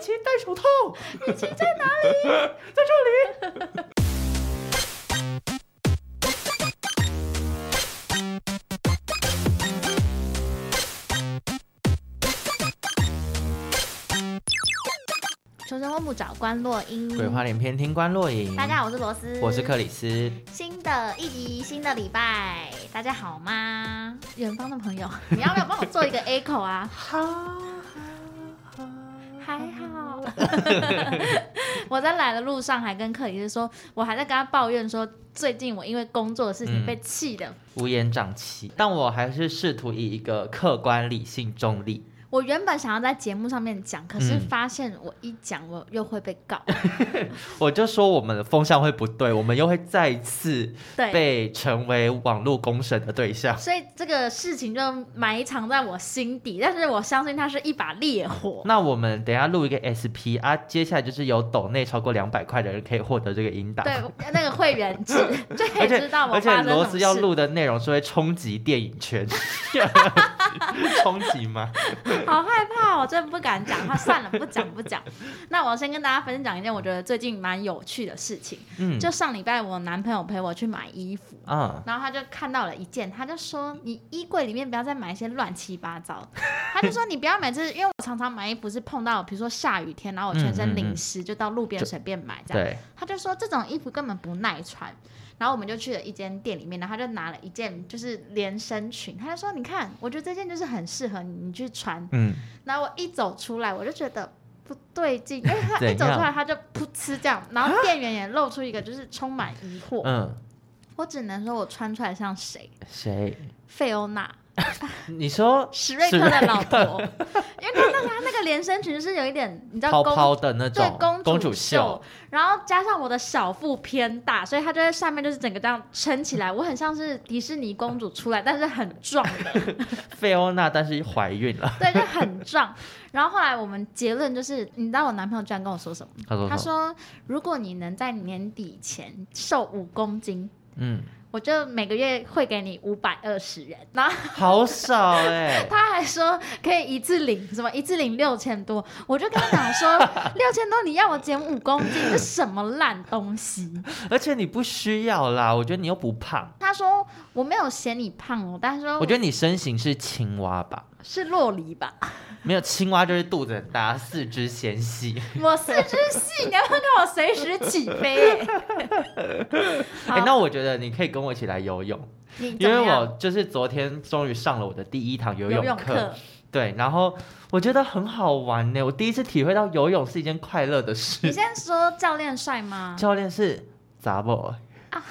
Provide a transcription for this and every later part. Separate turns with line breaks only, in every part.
起戴手套。
雨琦在哪里？
在这里。
求生问不找关洛英。
鬼话连篇，听官落影。
大家好，我是罗斯，
嗯我是克里斯。
新的一集，新的礼拜，大家好吗？远方的朋友，你要不要帮我做 一个 echo 啊？
好，
还好，我在来的路上还跟克里斯说，我还在跟他抱怨说，最近我因为工作的事情
嗯
被气的，
乌烟瘴气，但我还是试图以一个客观、理性、中立。
我原本想要在节目上面讲，可是
嗯
发现我一讲我又会被 告，
我就说我们的风向会不对，我们又会再次
对，
被成为网络公审的对象。
所以这个事情就埋藏在我心底，但是我相信它是一把烈火。
那我们等一下录一个 SP 啊，接下来就是有抖内超过两百块的人可以获得这个音档。
对，那个会员 制就可
而
以
且
知道我
而且
发生
罗
什么
斯要
事。
录的内容是会冲击电影 圈，冲击吗？
好害怕，哦我真的不敢讲话。算了，不讲不讲。那我先跟大家分享一件我觉得最近蛮有趣的事情，
嗯，
就上礼拜我男朋友陪我去买衣服。
啊，
然后他就看到了一件，他就说：“你衣柜里面不要再买一些乱七八糟。”他就说：“你不要买这些，因为我常常买衣服是碰到，比如说下雨天，然后我全
嗯
身淋湿，就到路边随便买这样。
对，
他就说这种衣服根本不耐穿。然后我们就去了一间店里面，然后他就拿了一件就是连身裙，他就说：“你看，我觉得这件就是很适合你，你去穿。
嗯，”
然后我一走出来，我就觉得。不对 劲，因为他一
怎
走出来
样
他就噗嗤这样，然后店员也露出一个就是充满疑惑，
嗯，
我只能说我穿出来像谁？
谁？
费欧娜，
你说
史瑞克的老 婆。因为她那时候她那个连身裙是有一点，你知道
泡
公
泡的那
对
种
公
公
主
主秀，，
然后加上我的小腹偏大，所以她就在下面就是整个这样撑起来，我很像是迪士尼公主出来，但是很壮的，
费欧娜，但是怀孕了。
对，就很 壮。然后后来我们结论就是，你知道我男朋友居然跟我说什么？
他说，
他，说如果你能在年底前瘦五公斤。
嗯，
我就每个月会给你五百二十元，然后，
好少哎
他还说可以一次领什么一次领六千多，我就跟他讲 说六千多你要我减五公斤，这什么烂东西？
而且你不需要啦，我觉得你又不胖，
他说我没有嫌你胖哦，但是说
我觉得你身形是青蛙吧，
是洛梨吧，
没有青蛙就是肚子很大，四肢纤细。
我四肢细，你要不要跟我随时起 飞、好，
哎，那我觉得你可以跟我一起来游泳，
你怎
因为
么样
我就是昨天终于上了我的第一堂游
游
泳课，
课，
对，然后我觉得很好玩欸呢，我第一次体会到游泳是一件快乐的
你
事。
现在说教练帅吗？
教练是杂不啊，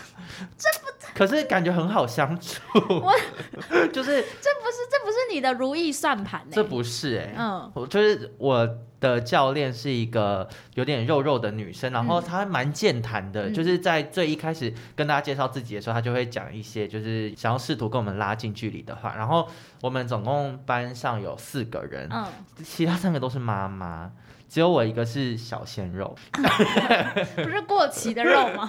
这不， 可是感觉很好相处， 就是
这不是这不是你的如意算盘呢、
这不是哎、
嗯
我就是我的教练是一个有点肉肉的女生，然后她蛮健谈的，
嗯
就是在最一开始跟大家介绍自己的时候，她就会讲一些就是想要试图跟我们拉近距离的话。然后我们总共班上有四个人，
嗯，
其他三个都是妈妈，只有我一个是小鲜肉。
不是过期的肉 吗？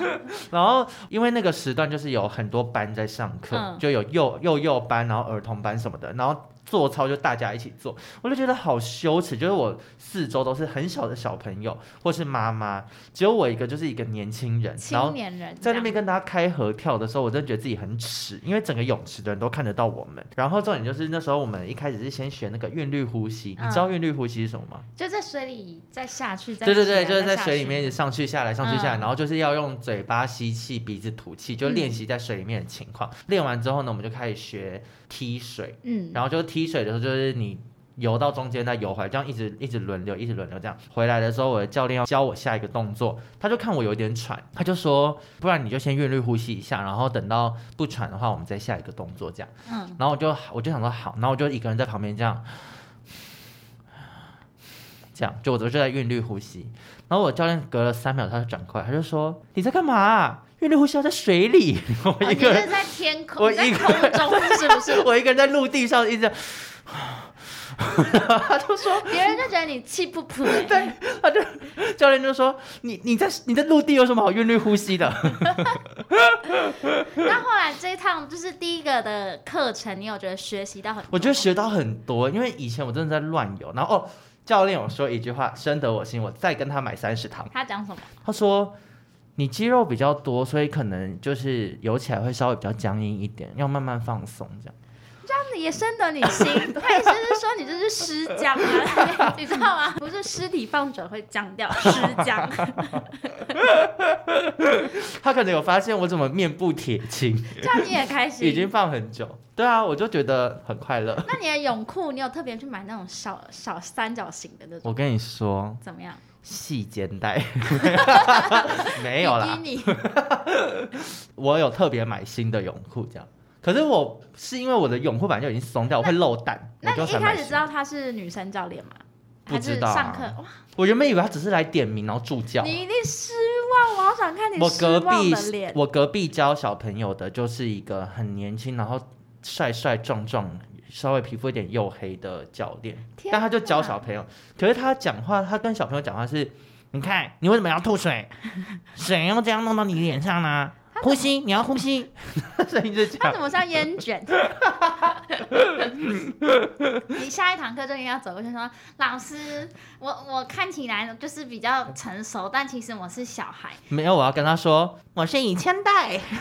然后因为那个时段就是有很多班在上课，
嗯
就有幼幼幼班，然后儿童班什么的，然后做操就大家一起做，我就觉得好羞耻，就是我四周都是很小的小朋友或是妈妈，只有我一个就是一个年轻人，然
青
后。
年人
在那
这样
边跟大家开合跳的时候，我真的觉得自己很耻，因为整个泳池的人都看得到我们。然后重点就是那时候我们一开始是先学那个韵律呼吸，
嗯
你知道韵律呼吸是什么吗？
就在水里再下去，再
对对
起来
对，就是
再
在
下
水里
去
面一直上去下来，上去下来，
嗯
然后就是要用嘴巴吸气，鼻子吐气，就练习在水里面的情况。练完之后呢，我们就开始学踢水，
嗯，
然后就踢水的时候，就是你游到中间再游回来，这样一直一直轮流，一直轮流这样。回来的时候，我的教练要教我下一个动作，他就看我有点喘，他就说，不然你就先韵律呼吸一下，然后等到不喘的话，我们再下一个动作这样。
嗯，
然后我就我就想说好，然后我就一个人在旁边这样，这样就我就在韵律呼吸。然后我教练隔了三秒，他就转过来，他就说：“你在干嘛、韵律呼吸要在水里， 我
哦
一
你
个
就
人
是在天空，
我
在
一个
空中是不 是？
我一个人在陆地上一直这样，他就说，
别人就觉得你气不普、 欸，对，
他就教练就说你你在你在陆地有什么好韵律呼吸的？
那后来这一趟就是第一个的课程，你有觉得学习到很多？
我觉得学到很多，因为以前我真的在乱游，然后哦。教练有说一句话，深得我心，我再跟他买三十堂。
他讲什么？
他说你肌肉比较多，所以可能就是游起来会稍微比较僵硬一点，要慢慢放松这样。
他们也深得你心，他意思是说你这是尸僵啊， 你知道吗？不是尸体放久会僵掉， 尸僵。
他可能有发现我怎么面部铁青，
这样你也开
已
心
经。放很久。对啊，我就觉得很快乐。
那你的泳裤，你有特别去买那种小小三角形的那种，
我跟你说，
怎么样？
细肩 带没有啦，
比基 尼
我有特别买新的泳裤这样。可是我是因为我的泳裤本来就已经松掉，我会漏蛋，我
那你
就
一
才
开
买
始知
新。
道她是女生教练吗？
不
还
知
是
道啊
上课哇，
我原本以为他只是来点名然后助教。
你一定失望，我好想看你
我
失
隔
望
壁
的脸。
我隔壁教小朋友的就是一个很年轻，然后帅帅壮壮，稍微皮肤有点黝黑的教练，
天
但他就教
哪
小朋友。可是他讲话，他跟小朋友讲话是，你看你为什么要吐水？ 水要这样弄到你脸上呢、
他
呼吸，你要呼吸， 声音就这
他
样
怎。么像烟卷？ 你下一堂课就应该走过去说：“老师，我我看起来就是比较成熟，但其实我是小孩。
没有，我要跟他说，我是以千代。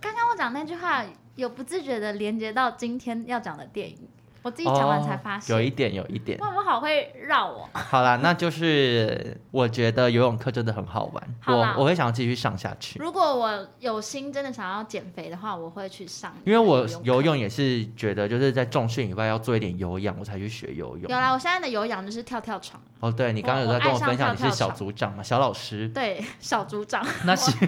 刚刚我讲那句话，有不自觉的连接到今天要讲的电影。我自己讲完才发现，
哦有一点，有一点。
哇，我好会绕哦。
好啦，那就是我觉得游泳课真的很好玩，
好啦
我我会想要继续上下去。
如果我有心真的想要减肥的话，我会去上
因为我
泳课
游泳也是觉得就是在重训以外要做一点有氧，我才去学游泳
有。啦，我现在的有氧就是跳跳床，
哦，对你刚刚有
我
在跟我
我爱上
分享你
跳
是
跳
小
绳
组长嘛，小老师，
对，小组长。
那是
接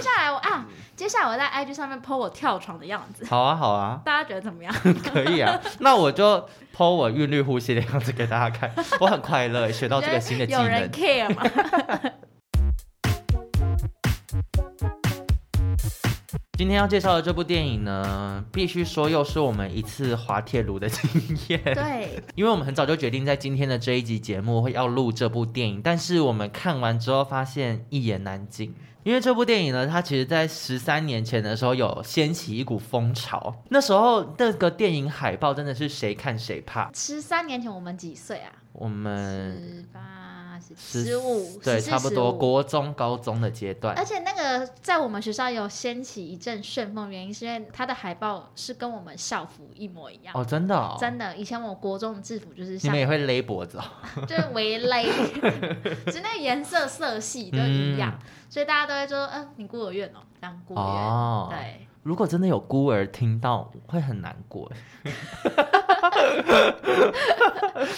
下来我啊，
嗯
接下来我在 IG 上面 po 我跳床的样子，
好啊好啊，
大家觉得怎么样？
可以啊。那我就剖我韵律呼吸的样子给大家看，我很快乐，学到这个新的技
有人
能。
care 吗？
今天要介绍的这部电影呢，必须说又是我们一次滑铁卢的经验。
对，
因为我们很早就决定在今天的这一集节目会要录这部电影，但是我们看完之后发现一言难尽。因为这部电影呢，它其实在十三年前的时候有掀起一股风潮，那时候那个电影海报真的是谁看谁怕。
十三年前我们几岁啊？
我们
十八、十
嗯十
十五，14
对差不多。
15
国中、高中的阶段
而，且那个在我们学校有掀起一阵旋风，原因是因为它的海报是跟我们校服一模一样。
哦，真的、哦，
真的，以前我国中的制服就是
你
像
们也会勒脖子哦。
就是围 勒，就那个颜色色系都一样，所以大家都会说，嗯、你孤儿院哦，这样孤儿院，
哦，
对，
如果真的有孤儿听到，会很难过。欸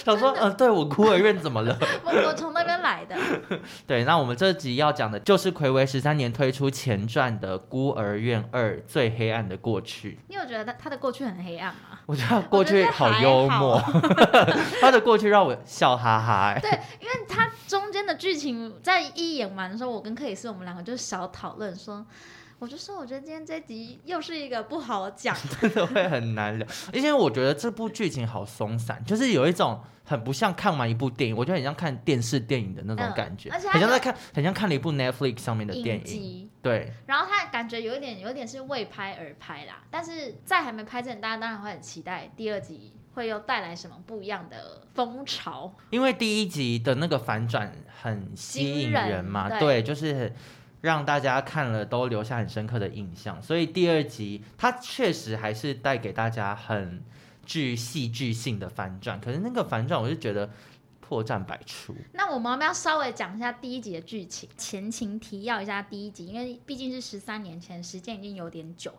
想说，呃，对我孤儿院怎么了？
我我从那边来的，
对，那我们这集要讲的就是暌违十三年推出前传的《孤儿院二：最黑暗的过去》。
你有觉得他他的过去很黑暗吗？
我觉得过去好幽默，
我
他的过去让我笑哈哈、欸。
对，因为它中间的剧情在一演完的时候，我跟克里斯我们两个就小讨论说，我就说我觉得今天这集又是一个不好讲，
真的会很难聊，而且我觉得这部剧情好松散，就是有一种很不像看完一部电影，我觉得很像看电视电影的那种
嗯
感觉，
而且它
很像
有
在看，很像看了一部 Netflix 上面的电
影
影。
集。
对，
然后他感觉有一点有一点是为拍而拍啦，但是在还没拍之前，大家当然会很期待第二集会又带来什么不一样的风潮。
因为第一集的那个反转很吸引人嘛，
惊人
对，就是让大家看了都留下很深刻的印象。所以第二集它确实还是带给大家很具戏剧性的反转，可是那个反转我就觉得破绽百出。
那我们要不要稍微讲一下第一集的剧情？前情提要一下第一集，因为毕竟是十三年前，时间已经有点久。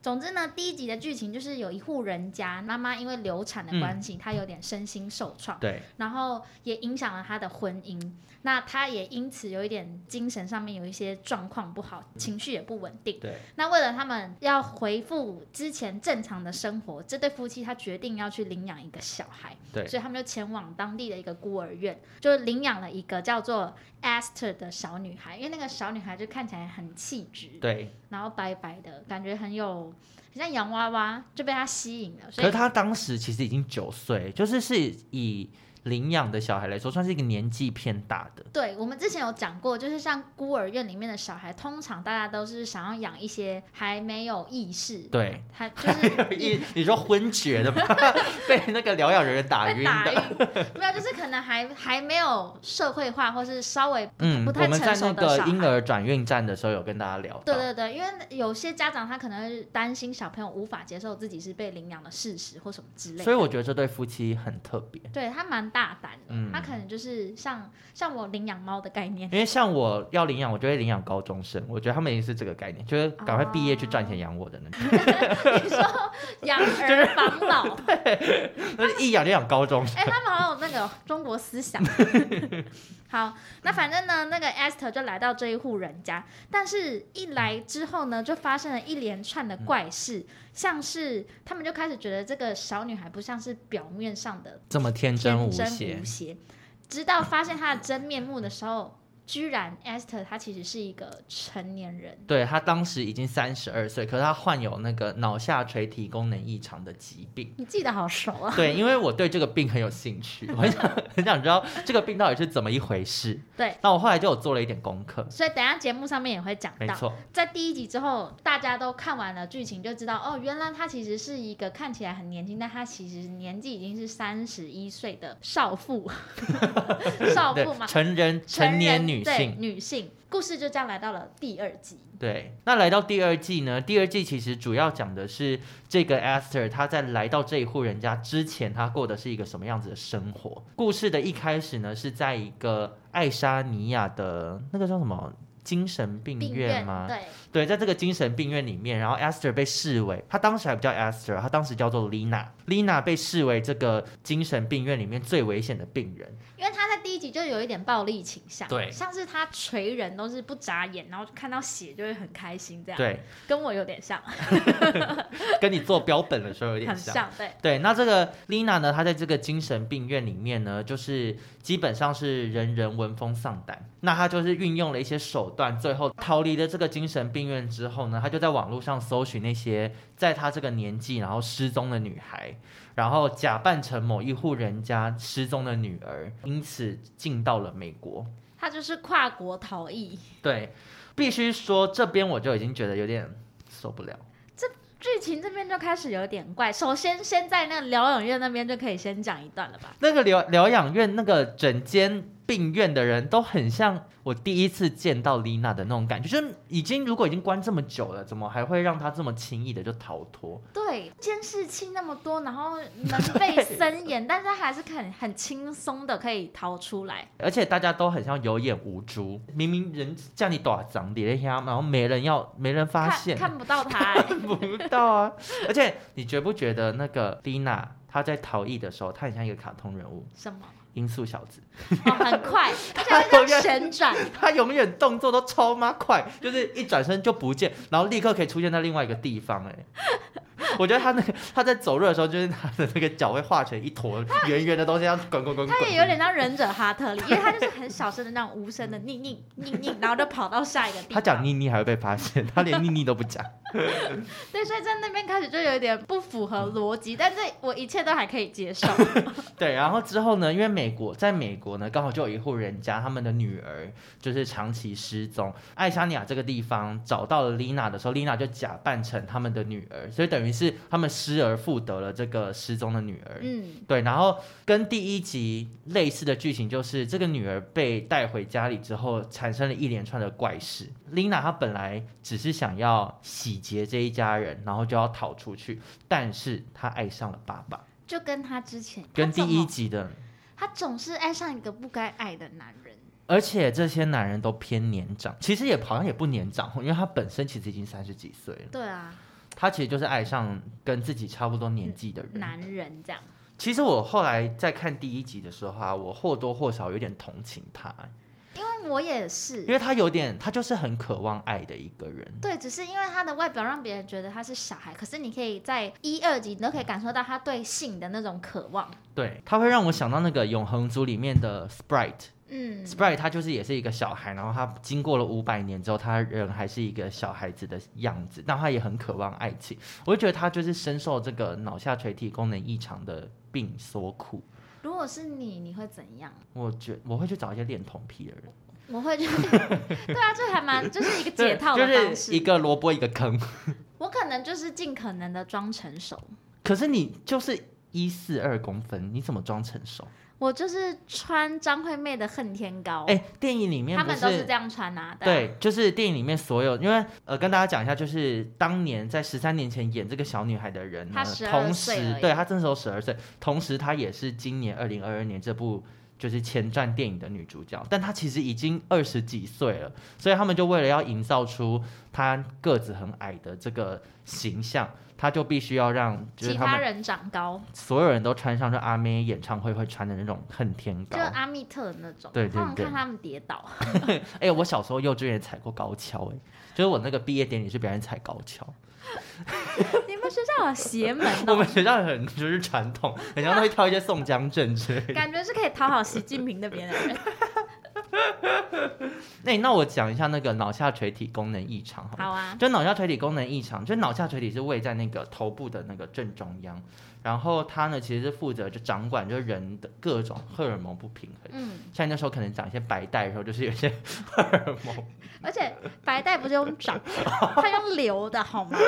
总之呢，第一集的剧情就是有一户人家妈妈因为流产的关系，她有点身心受创，
对，
然后也影响了她的婚姻。那她也因此有一点精神上面有一些状况不好，情绪也不稳定。
对，
那为了他们要回复之前正常的生活，这对夫妻他决定要去领养一个小孩，
对
所以他们就前往当地的一个孤儿院，就领养了一个叫做 Esther 的小女孩，因为那个小女孩就看起来很气质，
对。
然后白白的感觉很有，很像洋娃娃，就被她吸引了，
可
所
是
以
他当时其实已经九岁，就是是以领养的小孩来说，算是一个年纪偏大的。
对，我们之前有讲过，就是像孤儿院里面的小孩，通常大家都是想要养一些还没有意识，
对，
还就是
你你说昏厥的吗？ 被那个疗养人员打
被
晕
打
的。
晕， 没有，就是可能还还没有社会化，或是稍微
嗯，
不太
我们在
成熟
那
的
个
小孩
婴儿转运站的时候有跟大家聊到。
对对对，因为有些家长他可能会担心小朋友无法接受自己是被领养的事实或什么之类
所以
的。
我觉得这对夫妻很特别，
对他蛮大胆的，
嗯
他可能就是像像我领养猫的概念，
因为像我要领养，我就会领养高中生，我觉得他们也是这个概念，就是赶快毕业去赚钱养我的那种，
你说养儿防老，哦
但是一养就养高中生。
哎、他们好有那个中国思 想。好，那反正呢，那个 Esther 就来到这一户人家，但是一来之后呢，就发生了一连串
嗯
的怪事，像是他们就开始觉得这个小女孩不像是表面上的
这么天嗯真
天
无
真
邪
无，邪，直到发现她的真面目的时候，居然 Esther 她其实是一个成年人。
对他当时已经三十二岁，可是他患有那个脑下垂体功能异常的疾病。
你记得好熟啊！
对，因为我对这个病很有兴趣，我很想很想知道这个病到底是怎么一回事。
对，
那我后来就有做了一点功课，
所以等一下节目上面也会讲
没
到。
错，
在第一集之后，大家都看完了剧情，就知道哦，原来她其实是一个看起来很年轻，但她其实年纪已经是三十一岁的少 妇，少
对
妇嘛，
成人成年女
对
性，
女性。故事就这样来到了第二集，
对，那来到第二季呢？第二季其实主要讲的是这个 Esther 她在来到这一户人家之前，她过的是一个什么样子的生活。故事的一开始呢，是在一个爱沙尼亚的那个叫什么精神病
病
院
院
吗？
对
对，在这个精神病院里面，然后 Esther 被视为，她当时还不叫 Esther，她当时叫做 Lina。Lina 被视为这个精神病院里面最危险的病人。
因为他在第一集就有一点暴力倾向，
对
像是他锤人都是不眨眼，然后看到血就会很开心，这样，
对，
跟我有点像，
跟你做标本的时候有点
很像，对，
对，那这个 Lina 呢，她在这个精神病院里面呢，就是基本上是人人闻风丧胆。那她就是运用了一些手段，最后逃离了这个精神病院之后呢，她就在网络上搜寻那些在她这个年纪然后失踪的女孩，然后假扮成某一户人家失踪的女儿，因此进到了美国。
他就是跨国逃逸。
对，必须说这边我就已经觉得有点受不了。
剧情这边就开始有点怪，首先先在那个疗养院那边就可以先讲一段了吧？
那个疗疗养院那个整间病院的人都很像我第一次见到丽娜的那种感觉，就是已经如果已经关这么久了，怎么还会让她这么轻易的就逃脱？
对，监视器那么多，然后门被森严，但是还是很很轻松的可以逃出来。
而且大家都很像有眼无珠，明明人叫你躲藏底下，哎然后没人要，没人发
看
现，
看不到 他、欸
不到啊！而且你觉不觉得那个丽娜她在逃逸的时候，她很像一个卡通人物，
什么，
音速小子。
哦、很 快，就像旋转，
他永远动作都超妈快， 就是一转身就不见，然后立刻可以出现在另外一个地方、哎， 我觉得他那个他在走路的时候，就是他的那个脚会化成一坨圆圆的东西，要滚滚滚滚。
他也有点像忍者哈特利，因为他就是很小声的那种无声的宁宁宁宁，然后就跑到下一个地方。
他讲腻腻还会被发现，他连腻腻都 不讲。
对，所以在那边开始就有点不符合逻辑，但是我一切都还可以接 受。
对，然后之后呢，因为美国在美国呢，刚好就有一户人家，他们的女儿就是长期失踪。爱沙尼亚这个地方找到了丽娜的时候，丽娜就假扮成他们的女儿，所以等于是他们失而复得了这个失踪的女儿。
嗯，
对，然后跟第一集类似的剧情就是，这个女儿被带回家里之后，产生了一连串的怪事。琳娜她本来只是想要洗劫这一家人，然后就要逃出去，但是她爱上了爸爸，
就跟他之前
跟第
他怎么
一集的，
他总是爱上一个不该爱的男人。
而且这些男人都偏年长，其实也好像也不年长，因为她本身其实已经三十几岁了，
对啊，
她其实就是爱上跟自己差不多年纪的人。
嗯男人这样。
其实我后来在看第一集的时候啊，我或多或少有点同情她。
因为我也是
因，为他有点，他就是很渴望爱的一个人。
对，只是因为他的外表让别人觉得他是小孩，可是你可以在一二集你都可以感受到他对性的那种渴望。
对，他会让我想到那个《永恒族》里面的 Sprite，Sprite
嗯，
他就是也是一个小孩，然后他经过了五百年之后，他人还是一个小孩子的样子，但他也很渴望爱情。我就觉得他就是深受这个脑下垂体功能异常的病所苦，
如果是你，你会怎样？
我觉我会去找一些恋童癖的人，
我会觉得， 对啊，这还蛮就是一个解套的
对就
方
是一
式。
个萝卜一个坑。
我可能就是尽可能的装成熟，
可是你就是一四二公分，你怎么装成熟？
我就是穿张惠妹的《恨天高》
哎、电影里
哦
面
他
不
们都是这样穿啊。啊，
对，就是电影里面所有，因为呃，跟大家讲一下，就是当年在十三年前演这个小女孩的人呢
她，12
同时
岁而已
对她这时候十二岁，同时她也是今年二零二二年这部就是前传电影的女主角，但她其实已经二十几岁了，所以他们就为了要营造出她个子很矮的这个形象，她就必须要让就是
其
他
他
们
人长高，
所有人都穿上就阿妹演唱会会穿的那种恨天高
就。阿密特那种，
对对
他们
对
看他们跌倒，
哎、我小时候幼稚园踩过高跷、哎，就是我那个毕业典礼是别人踩高跷。
你们学校有邪门
我
哦
们，学校很就是传统，人家都会跳一些宋江镇之类的。
感觉是可以讨好习近平那边的人。
那、那我讲一下那个脑下垂体功能异常好了
好啊，
就脑下垂体功能异常，就脑下垂体是位在那个头部的那个正中央，然后它呢其实是负责就掌管就是人的各种荷尔蒙不平衡。
嗯，
像你那时候可能讲一些白带的时候，就是有一些荷尔蒙，
而且白带不是用 长，他用留的好吗？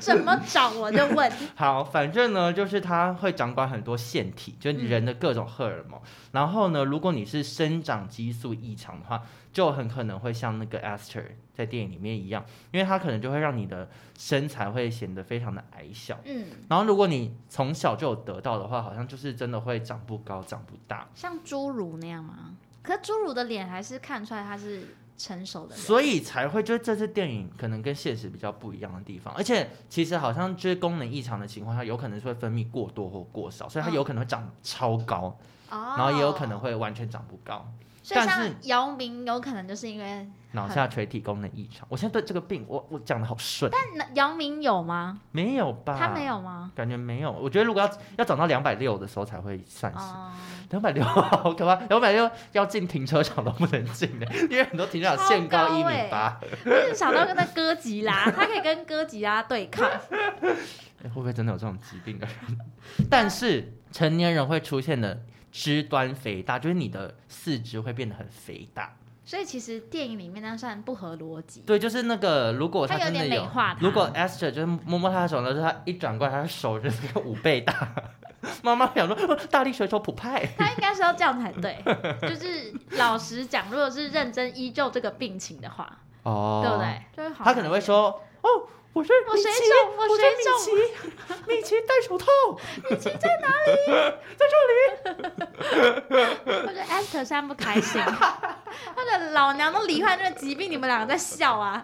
怎么长我就问，
好，反正呢，就是它会掌管很多腺体，就是人的各种荷尔蒙。然后呢，如果你是生长激素异常的话，就很可能会像那个 Aster 在电影里面一样，因为它可能就会让你的身材会显得非常的矮小。
嗯，
然后，如果你从小就有得到的话，好像就是真的会长不高、长不大。
像侏儒那样吗？可是侏儒的脸还是看出来他是成熟的人，
所以才会就是这次电影可能跟现实比较不一样的地方，而且其实好像就是功能异常的情况下，有可能是会分泌过多或过少，所以它有可能会长超高，
哦，
然后也有可能，会完全长不高，
所以
但是
像姚明有可能就是因为，
脑下垂体功能异常。我现在对这个病，我我讲的好顺，
那姚明有吗？
没有吧？
他没，有吗？
感觉没有。我觉得如果要要长到两百六的时候才会算是。
哦，
两百六 好可怕，两百六要进停车场都不能进的， 因为很多停车场限高
超
一
高
米
欸
八、
我一直想到跟那哥吉 拉，他可以跟哥吉拉对抗。
欸会不会真的有这种疾病的人？但是成年人会出现的肢端肥大，就是你的四肢会变得很肥大。
所以其实电影里面那算不合逻辑，
对，就是那个，如果他
它有
真的
点美
有
化，它
如果 Esther 就是摸摸他的手呢，就是他一转过来，他的手就是个五倍大。妈妈想说，呃大力水手普派，
他应该是要这样才 对。就是老实讲，如果是认真依旧这个病情的话，
哦
对不？对？就会好。
他可能会，说，哦，我是
我
米
水
奇
肿，我水肿，
我是米奇，米奇戴手套，
我觉得 Esther 现在不开心，他的老娘都罹患这个疾病，你们两个在笑啊？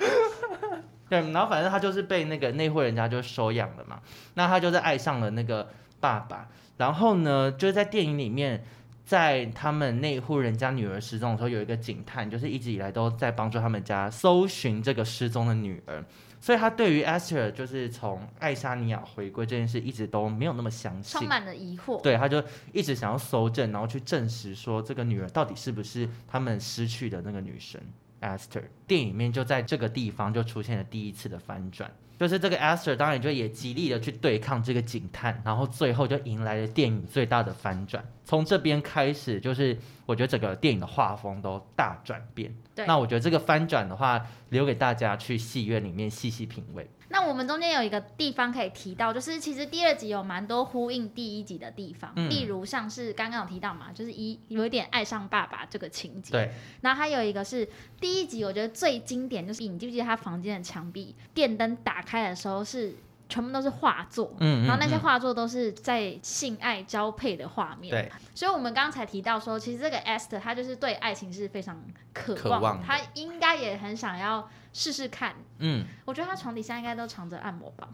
对，然后反正他就是被那个那户人家就收养了嘛，那他就是爱上了那个爸爸，然后呢，就是在电影里面，在他们那户人家女儿失踪的时候，有一个警探，就是一直以来都在帮助他们家搜寻这个失踪的女儿，所以他对于 Esther 就是从爱沙尼亚回归这件事一直都没有那么相
充
信。
满了疑惑。
对，他就一直想要搜证，然后去证实说这个女儿到底是不是他们失去的那个女神 Esther。电影里面就在这个地方就出现了第一次的翻转，就是这个 Esther 当然就也极力的去对抗这个警探，然后最后就迎来了电影最大的翻转。从这边开始，就是我觉得整个电影的画风都大转变。
对
那我觉得这个翻转的话，留给大家去戏院里面细细品味。
那我们中间有一个地方可以提到，就是其实第二集有蛮多呼应第一集的地方，
嗯
例如像是刚刚有提到嘛，就是一有一点爱上爸爸这个情节。
对。
然后还有一个是第一集，我觉得最经典就是你记不记得他房间的墙壁电灯打开的时候是全部都是画作。
嗯，
然后那些
嗯嗯
画作都是在性爱交配的画面，
对，
所以我们刚才提到说，其实这个 Esther 她就是对爱情是非常渴望，
渴望的
她应该也很想要试试看，
嗯。
我觉得他床底下应该都藏着按摩 棒，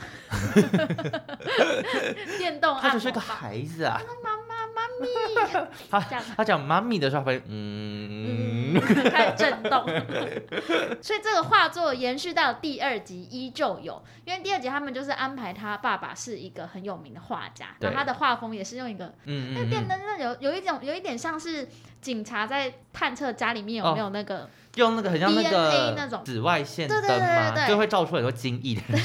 电动
他
按
只
摩
是个
棒。
孩子啊。妈妈妈咪，
这样
他他讲妈咪的时候，发现嗯，
嗯，开始震动，所以这个画作延续到第二集依旧有，因为第二集他们就是安排他爸爸是一个很有名的画家，
对
然后他的画风也是用一个
嗯
那
嗯
电
嗯，
灯真的有有一种有一点像是警察在探测家里面有没
哦
有那个，
用那个很像那
DNA
个
那种
紫外线
对
灯
对对对
嘛，
对
就会照出很多精液的。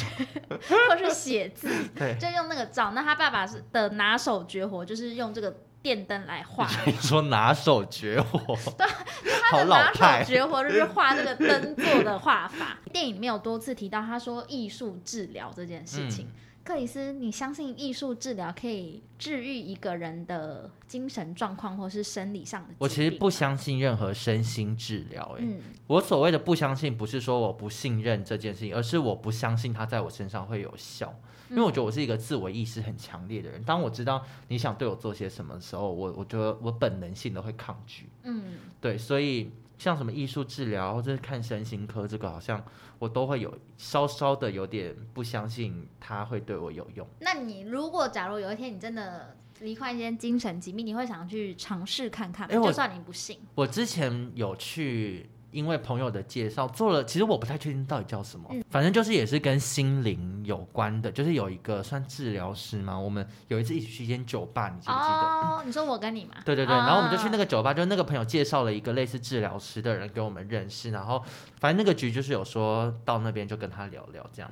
或是写字，
对，
就用那个照。那他爸爸是的拿手绝活就是用这个电灯来画，
你说拿手绝活，
他
好
的
老
拿
派
手绝活就是画这个灯做的画法。电影里面有多次提到，他说艺术治疗这件事
嗯
情。克里斯，你相信艺术治疗可以治愈一个人的精神状况或是生理上的疾病？
我其实不相信任何身心治疗、欸。
嗯，
我所谓的不相信，不是说我不信任这件事情，而是我不相信它在我身上会有效。因为我觉得我是一个自我意识很强烈的人，当我知道你想对我做些什么的时候，我我觉得我本能性的会抗拒。
嗯，
对，所以像什么艺术治疗或者是看身心科，这个好像我都会有稍稍的有点不相信它会对我有用。
那你如果假如有一天你真的罹患一些精神疾病，你会想去尝试看看吗？
哎我
就算你不信，
我之前有去，因为朋友的介绍做了，其实我不太确定到底叫什么，
嗯
反正就是也是跟心灵有关的，就是有一个算治疗师嘛，我们有一次一起去一间酒吧，你记不记得？
哦，啊你说我跟你嘛？哦
对对对，然后我们就去那
个，
个酒吧，就那个朋友介绍了一个类似治疗师的人给我们认识，然后反正那个局就是有说到那边就跟他聊聊这样，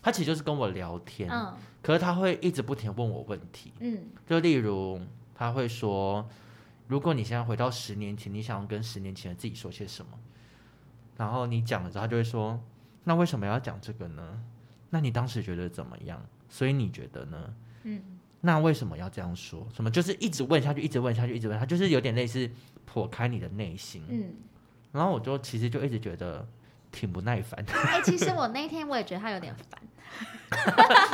他其实就是跟我聊天，
嗯
可是他会一直不停地问我问题，
嗯
就例如他会说，如果你现在回到十年前，你想要跟十年前的自己说些什么？然后你讲了之后，他就会说，那为什么要讲这个呢？那你当时觉得怎么样？所以你觉得呢？
嗯，
那为什么要这样说？什么就是一直问下去，一直问下去，一直问，他就是有点类似破开你的内心。
嗯，
然后我就其实就一直觉得挺不耐烦的，
哎、其实我那天我也觉得他有点烦。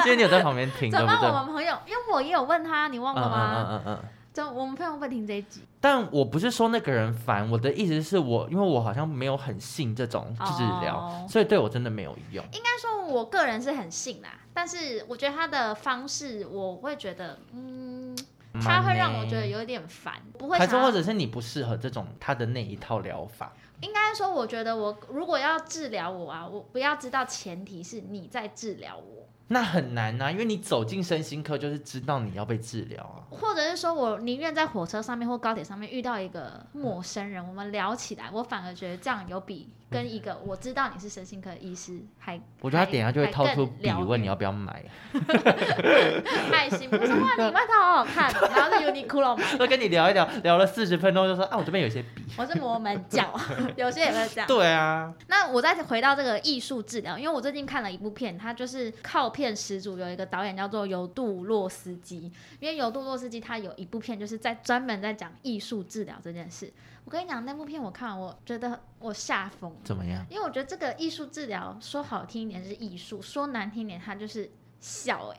因为你有在旁边 听，
怎
对
么
不
办？
对？
我们朋友，因为我也有问他，你忘
嗯
了
嗯
吗？
嗯嗯嗯。
就我们朋友会听这一集，
但我不是说那个人烦，我的意思是我，因为我好像没有很信这种治疗，
哦
所以对我真的没有用。
应该说我个人是很信啦，但是我觉得他的方式，我会觉得，嗯，他会让我觉得有点烦，不会
还
想
是
要
或者是你不适合这种他的那一套疗法，
应该说，我觉得我如果要治疗我啊，我不要知道前提是你在治疗我，
那很难啊呐、因为你走进身心科就是知道你要被治疗啊。
或者是说我宁愿在火车上面或高铁上面遇到一个陌生人，我们聊起来，我反而觉得这样有比跟一个我知道你是身心科医师还
我觉得他等一下就会掏出笔
还更
问你要不要买，
哎 爱心。我说哇，你外套好好看，然后是 Uniqlo 嘛，
就跟你聊一聊，聊了四十分钟就说啊，我这边有一些 笔。
我是磨门脚， 有些也会这样。
对啊，
那我再回到这个艺术治疗，因为我最近看了一部片，它就是靠片始祖，有一个导演叫做尤杜洛斯基。因为尤杜洛斯基他有一部片就是在专门在讲艺术治疗这件事。我跟你讲，那部片我看完，我觉得我吓疯，
怎么样？
因为我觉得这个艺术治疗说好听一点是艺术，说难听一点它就是。笑哎、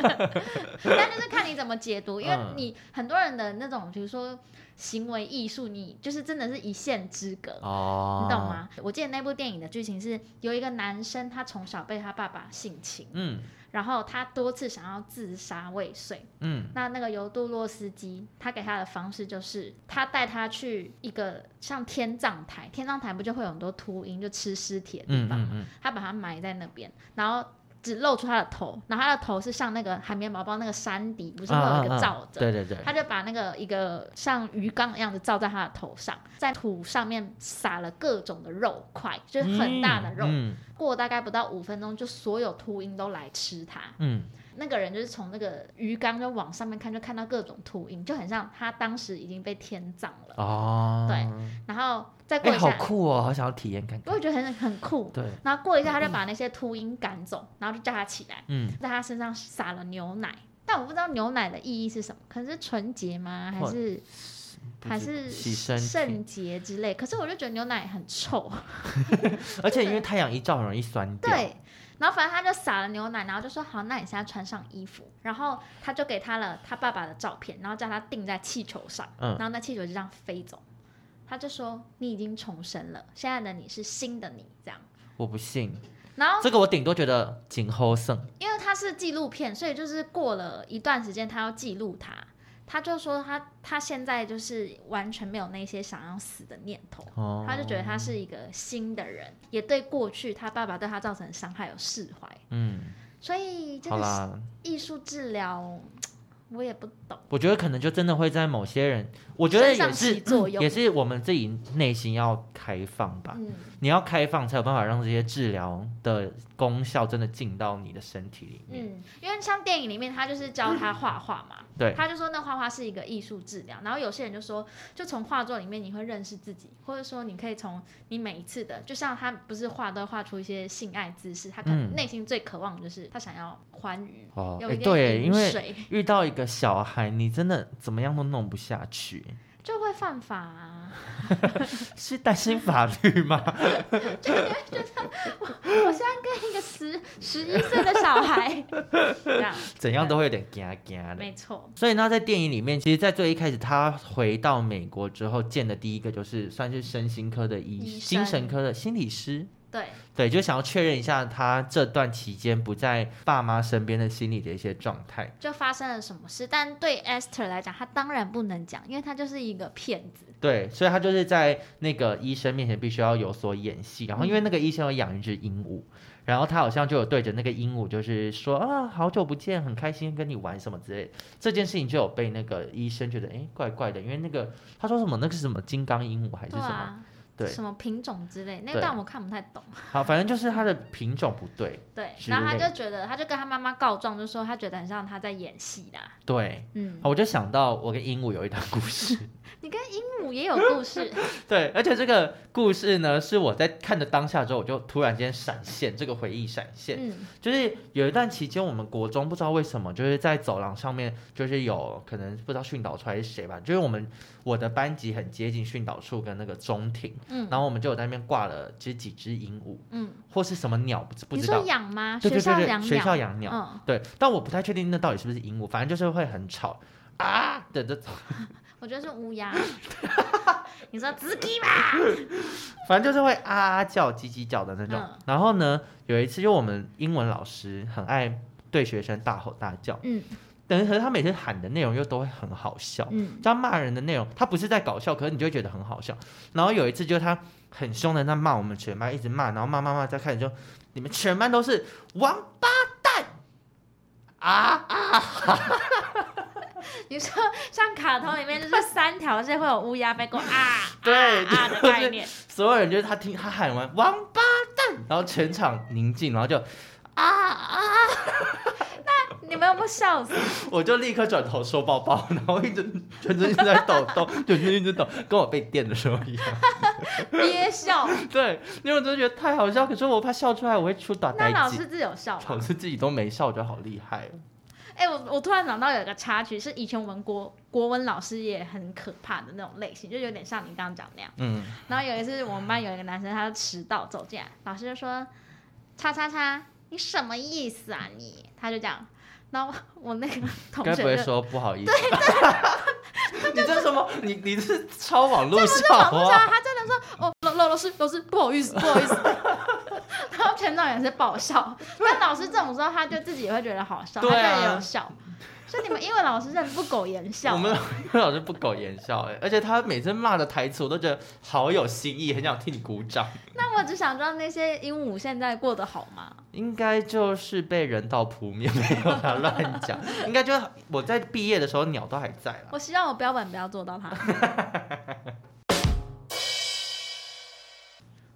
但就是看你怎么解读，因为
嗯
你很多人的那种，比如说行为艺术，你就是真的是一线之隔。
哦，
你懂？吗？我记得那部电影的剧情是有一个男生，他从小被他爸爸性侵，
嗯
然后他多次想要自杀未遂。
嗯，
那那个尤杜洛斯基，他给他的方式就是他带他去一个像天葬台，天葬台不就会有很多秃鹰，就吃尸体的地
嗯
方，
嗯嗯，
他把它埋在那边，然后。只露出他的头，然后他的头是像那个海绵宝宝那个山底，不
不
是会有一个罩着？
对对对，
他就把那个一个像鱼缸一样的罩在他的头上，在土上面撒了各种的肉块，就是很大的肉。
嗯
过大概不到五分钟，就所有秃鹰都来吃它。
嗯
那个人就是从那个鱼缸就往上面看，就看到各种秃鹰，就很像他当时已经被天葬了。
嗯哦，
对然后再过
哎、
一下，
好酷哦，好想要体验看
我
看。
会觉得很很酷。
对，
然后过一下，他就把那些秃鹰赶走，然后就叫他起来。
嗯，
在他身上撒了牛奶，但我不知道牛奶的意义是什么，可能是纯洁吗？还
或
是
不
还是
知洗身体
圣洁之类？可是我就觉得牛奶很臭，
而且因为太阳一照很容易酸掉。，
对。然后反正他就撒了牛奶，然后就说好，那你现在穿上衣服，然后他就给他了他爸爸的照片，然后叫他钉在气球上，
嗯
然后那气球就这样飞走。他就说你已经重生了，现在的你是新的你这样。
我不信，
然后
这个我顶多觉得颈后剩。
因为它是纪录片，所以就是过了一段时间，他要记录它。他就说他他现在就是完全没有那些想要死的念头，
哦，
他就觉得他是一个新的人，也对过去他爸爸对他造成的伤害有释怀。
嗯，
所以这
好
个
啦，
艺术治疗，我也不懂，
我觉得可能就真的会在某些人，我觉得
身上
也
起
是
作用
也是我们自己内心要开放吧。
嗯，
你要开放才有办法让这些治疗的功效真的进到你的身体里面。
嗯，因为像电影里面，他就是教他画画嘛，
对
他就说那画画是一个艺术治疗。然后有些人就说，就从画作里面你会认识自己，或者说你可以从你每一次的，就像他不是画都画出一些性爱姿势，他可能
嗯
内心最渴望的就是他想要欢愉，
哦，
有
哎，
一点
对，因
饮
为
水，
遇到一个小孩，你真的怎么样都弄不下去，
就会犯法、啊。
是担心法律吗？
我现在跟一个十十一岁的小 孩，这样
怎样都会有点嘎嘎的。
没错，
所以呢，在电影里面，其实，在最一开始，他回到美国之后见的第一个就是算是身心科的医
医生
精神科的心理师，
对，
对，就想要确认一下他这段期间不在爸妈身边的心理的一些状态。
就发生了什么事。但对 Esther 来讲，她当然不能讲，因为她就是一个骗子。
对，所以他就是在那个医生面前必须要有所演戏，然后因为那个医生有养一只鹦鹉，然后他好像就有对着那个鹦鹉就是说啊，好久不见，很开心跟你玩什么之类的，这件事情就有被那个医生觉得哎怪怪的，因为那个他说什么那个是什么金刚鹦鹉还是
对
什么，
啊，
对
什么品种之类，那
对
段我看不太懂。
好，反正就是它的品种不对，
对，
之
然后他
类
就觉得，他就跟他妈妈告状，就说他觉得很像他在演戏啦。
对，
嗯，
我就想到我跟鹦鹉有一段故事，
你跟鹦鹉嗯也有故事，
对，而且这个故事呢是我在看的当下之后，我就突然间闪现，这个回忆闪现。
嗯，
就是有一段期间，我们国中不知道为什么，就是在走廊上面，就是有可能不知道训导处还是谁吧，就是我们我的班级很接近训导处跟那个中庭，
嗯
然后我们就有在那边挂了就是几只鹦鹉
嗯，
或是什么鸟，不知不
你
知
说
道，
养吗？
对对
校
对
养
对，
鸟，
学校养鸟，
嗯，
对，但我不太确定那到底是不是鹦鹉，反正就是会很吵啊的这种，
我觉得是乌 鸦。你说自己吧，
反正就是会啊啊叫、叽叽叫的那种。
嗯
然后呢，有一次就我们英文老师很爱对学生大吼大叫，
嗯
等于可是他每次喊的内容又都会很好笑。
嗯，
他骂人的内容，他不是在搞笑，可是你就会觉得很好笑。然后有一次就是他很凶的在骂我们全班，一直骂，然后骂骂骂，再开始就你们全班都是王八蛋啊！
你说像卡通里面就是三条线会有乌鸦飞过啊啊
对
啊的
就是
概念，
所有人就是他听他喊完王八蛋，然后全场宁静，然后就啊啊，
你们有没有笑死？
我就立刻转头收包包，然后一直全身一直在抖 动，全身一直抖，跟我被电的时候一样。
憋笑，
对，因为我真的觉得太好笑，可是我怕笑出来我会出打
那
呆
老
机。
师自己有笑吗？
老师自己都没笑，我觉得好厉害哦。
哎、我我突然想到有一个插曲，是以前我们国国文老师也很可怕的那种类型，就有点像你刚刚讲那样。
嗯，
然后有一次我们班有一个男生，他就迟到走进来，老师就说：“叉叉叉，你什么意思啊你？”他就讲，然后我我那个同
该不会
学就。
说不好意思？ 你这什么？你你是抄网络
就
笑
网络上
话？啊
他真的说哦，老老老师老师不好意思不好意思， 然后全场也是爆笑。但老师这种时候，他就自己也会觉得好笑，他
对啊
就也有笑。所以你们英文老师真的不苟言笑。
我们老师不苟言笑哎、而且他每次骂的台词我都觉得好有新意，很想替你鼓掌。
那我只想知道那些鹦鹉现在过得好吗？
应该就是被人道扑灭，没有他 乱讲。应该就是我在毕业的时候鸟都还在啦。
我希望我标本不要做到它。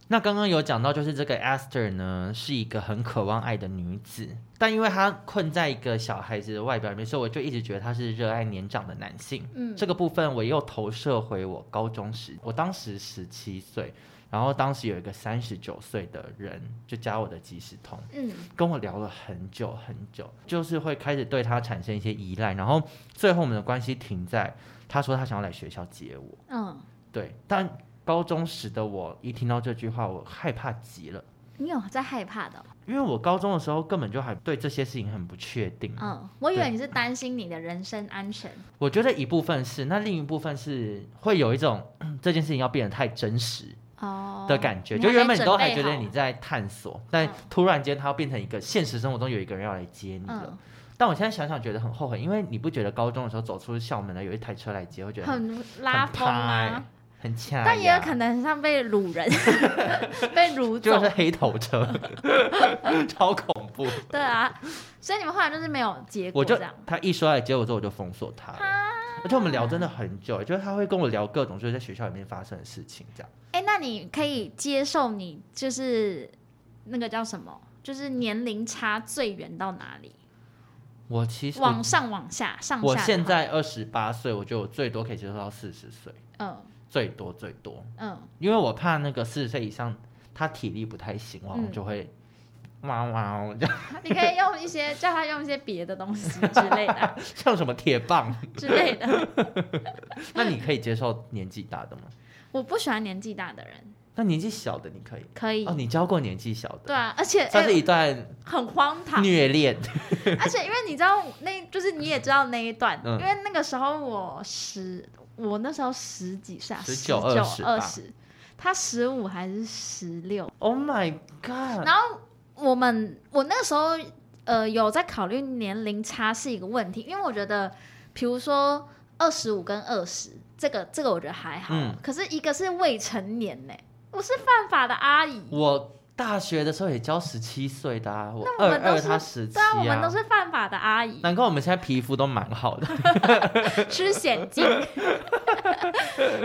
那刚刚有讲到，就是这个 Esther 呢，是一个很渴望爱的女子，但因为她困在一个小孩子的外表里面，所以我就一直觉得她是热爱年长的男性。
嗯
这个部分我又投射回我高中时，我当时十七岁，然后当时有一个三十九岁的人就加我的即时通，
嗯，
跟我聊了很久很久，就是会开始对他产生一些依赖，然后最后我们的关系停在他说他想要来学校接我。
嗯，
对，但高中时的我一听到这句话，我害怕极了，
你有在害怕的哦、
因为我高中的时候根本就还对这些事情很不确定。
嗯，我以为你是担心你的人身安全。
我觉得一部分是，那另一部分是会有一种嗯这件事情要变得太真实
哦
的感觉，
你
就
还
原
没
本你
准
都还
备
觉得
好
你在探索，但
嗯
突然间它要变成一个现实生活中有一个人要来接你了。
嗯，
但我现在想想觉得很后悔，因为你不觉得高中的时候走出校门了，有一台车来接，会觉得很
很拉风
很
啊
怕，很恰，
但也有可能很像被掳人，被掳
就
走
是。黑头车，超恐怖。
对啊，所以你们后来就是没有结
我
果
就
这样。
他一说来结果之后，我就封锁他了。而且我们聊真的很久，就是他会跟我聊各种就是在学校里面发生的事情，这样。
哎、那你可以接受你就是那个叫什么，就是年龄差最远到哪里？
我其实
往
我
上往下上下的话。
我现在二十八岁，我觉得我最多可以接受到四十岁，
嗯
最多最多，
嗯
因为我怕那个四十岁以上他体力不太行，我好像
嗯
就会哇哇哦，这样
你可以用一些叫他用一些别的东西之类 的
像什么铁棒。
之类的。
那你可以接受年纪大的吗？
我不喜欢年纪大的人，
那年纪小的你可以
可以。
哦，你教过年纪小
对
的，
啊，而且
算
哎、
是一段
很荒唐，
虐恋。
而且因为你知道，那就是你也知道那一段，
嗯
因为那个时候我十，我那时候十几岁啊，
19 20吧
二十，他十五还是十六？
Oh my god！
然后我们我那时候呃有在考虑年龄差是一个问题，因为我觉得，比如说二十五跟二十，这个这个我觉得还好，
嗯
可是一个是未成年呢、我是犯法的阿姨。
我大学的时候也教十七岁的啊，我
那我
二
们都
二
是
他十七
对啊，我们
啊
都，是犯法的阿姨，
难怪我们现在皮肤都蛮好的。
吃险金。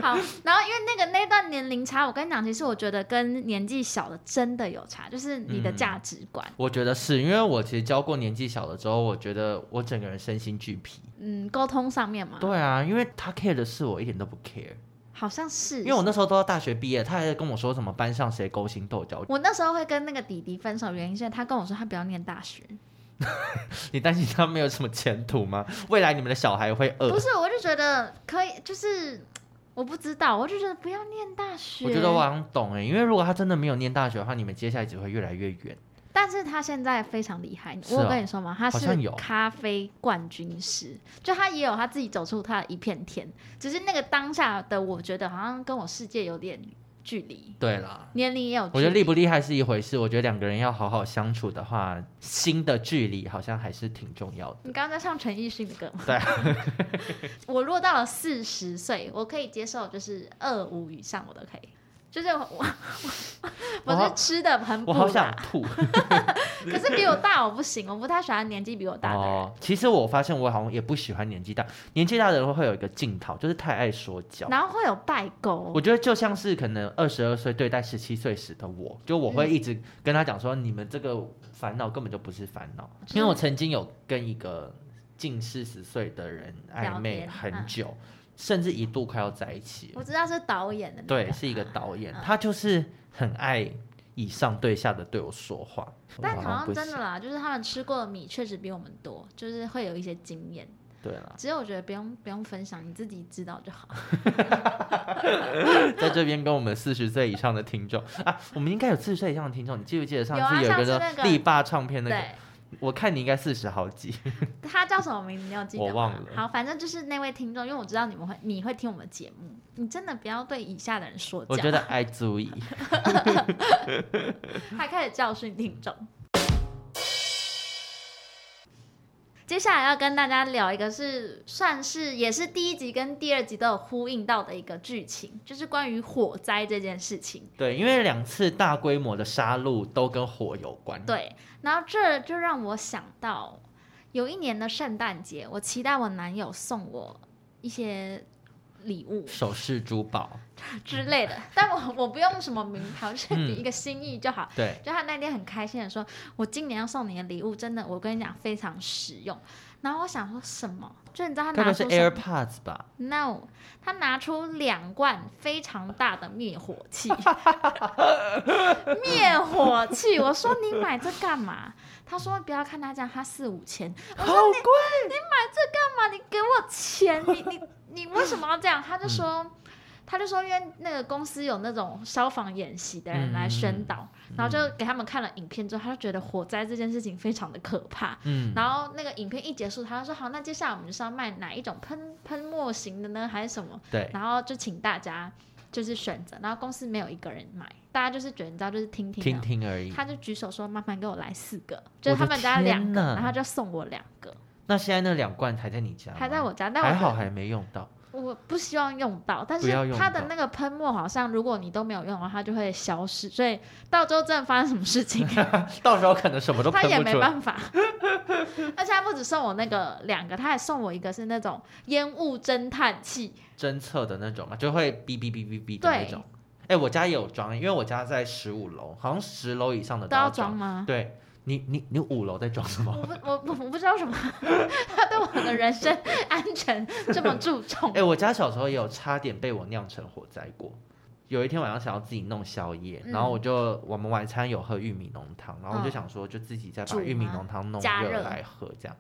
好，然后因为那个那段年龄差，我跟你讲，其实我觉得跟年纪小的真的有差，就是你的
嗯
价值观。
我觉得是因为我其实教过年纪小的之后，我觉得我整个人身心俱疲。
嗯，沟通上面嘛，
对啊，因为他 care 的事我一点都不 care，
好像是。
因为我那时候都要大学毕业，他还在跟我说什么班上谁勾心斗角，
我那时候会跟那个弟弟分手，原因是他跟我说他不要念大学，
你担心他没有什么前途吗？ 未来你们的小孩会
不
饿？
是，我就觉得可以，就是我不知道，我就觉得不要念大学。
我觉得我，好像懂哎、因为如果他真的没有念大学的话，你们接下来只会越来越远。
但是他现在非常厉害，
是
我有
哦
跟你说嘛，他
好
是
像有
咖啡冠军师，就他也有他自己走出他的一片天，只是那个当下的我觉得好像跟我世界有点距离，
对啦，
年龄也有距离，
我觉得厉不厉害是一回事，我觉得两个人要好好相处的话，心的距离好像还是挺重要的。
你刚刚在唱陈奕迅的歌吗？
对。
我若到了四十岁，我可以接受，就是二五以上我都可以。就是我 我
我
我
好
我是吃的很补
我好想
啦，
吐
可是比我大我不行，我不太喜欢年纪比我 大的人。
哦！其实我发现我好像也不喜欢年纪大，年纪大的人会有一个镜头，就是太爱说教。
然后会有代沟
我，觉得就像是可能二十二岁对待十七岁时的我，就我会一直跟他讲说，你们这个烦恼根本就不是烦恼，
就是
因为我曾经有跟一个近四十岁的人暧昧
聊天
很
嗯
久，甚至一度快要在一起了
我知道是嗯导演的、那
对，是一个导演，他就是很爱以上对下的对我说话。
但
我
好像
不
真的
行
啦，就是他们吃过的米确实比我们多，就是会有一些经验。
对了，
只是我觉得不用不用分享，你自己知道就好。
在这边跟我们四十岁以上的听众啊，我们应该有四十岁以上的听众。你记不记得上
有啊
次有一
上
个
次那
叫
个
力霸唱片那个？
对，
我看你应该四十好几。
他叫什么名字？你有记得吗？
我忘了
好，反正就是那位听众，因为我知道你们会，你会听我们节目，你真的不要对以下的人说
我
教。
觉得爱 足以。
他开始教训听众。接下来要跟大家聊一个是算是也是第一集跟第二集都有呼应到的一个剧情，就是关于火灾这件事情。
对，因为两次大规模的杀戮都跟火有关。
对，然后这就让我想到，有一年的圣诞节，我期待我男友送我一些礼物，
首饰珠宝，
之类的，但我 我不用什么名牌，我就是
嗯
一个心意就好。
对，
就他那天很开心的说：“我今年要送你的礼物，真的，我跟你讲非常实用。”然后我想说什么？就你知道他
该不
拿
会是
出什么
AirPods 吧？
？No，他拿出两罐非常大的灭火器。 灭火器，我说你买这干嘛？他说不要看他这样，他四五千。我
好
说你
贵！
干嘛？你给我钱，你你 你为什么要这样？他就说，
嗯
他就说，因为那个公司有那种消防演习的人来宣导，
嗯
然后就给他们看了影片之后，他就觉得火灾这件事情非常的可怕。
嗯，
然后那个影片一结束，他就说好，那接下来我们就是要卖哪一种喷喷墨型的呢，还是什么？
对，
然后就请大家就是选择，然后公司没有一个人买，大家就是觉得你知道就是听听
听
的。
听而已。
啊他就举手说：“麻烦给我来四个，
我
就
的
是他们家两
天
个，
哪
然后他就送我两个，
那现在那两罐还在你家吗？
还在我家，但我
还
觉得
好还没用到。
我不希望用到，但
不
是
要用
它的
到
那个喷墨好像如果你都没有用的话，它就会消失，所以到时候真的发生什么事情，
到时候可能什 么都
他
喷
也
不
没
出来。
办法。 而且他不止送我那个两个，他还送我一个是那种烟雾侦探器，
侦测的那种嘛，就会哔哔哔哔哔的
对
那种。哎、我家也有装，因为我家在十五楼，好像十楼以上的
都
要
要装。吗？
对你，你你五楼在装什么？
我不，我我我不知道为什么， 他对我的人身安全这么注重
哎、。我家小时候也有差点被我酿成火灾过。有一天晚上想要自己弄宵夜，
嗯
然后我就我们晚餐有喝玉米浓汤，然后我就
嗯
想说就自己再把
煮
玉米
吗
浓汤弄
加
热
热
来喝这样，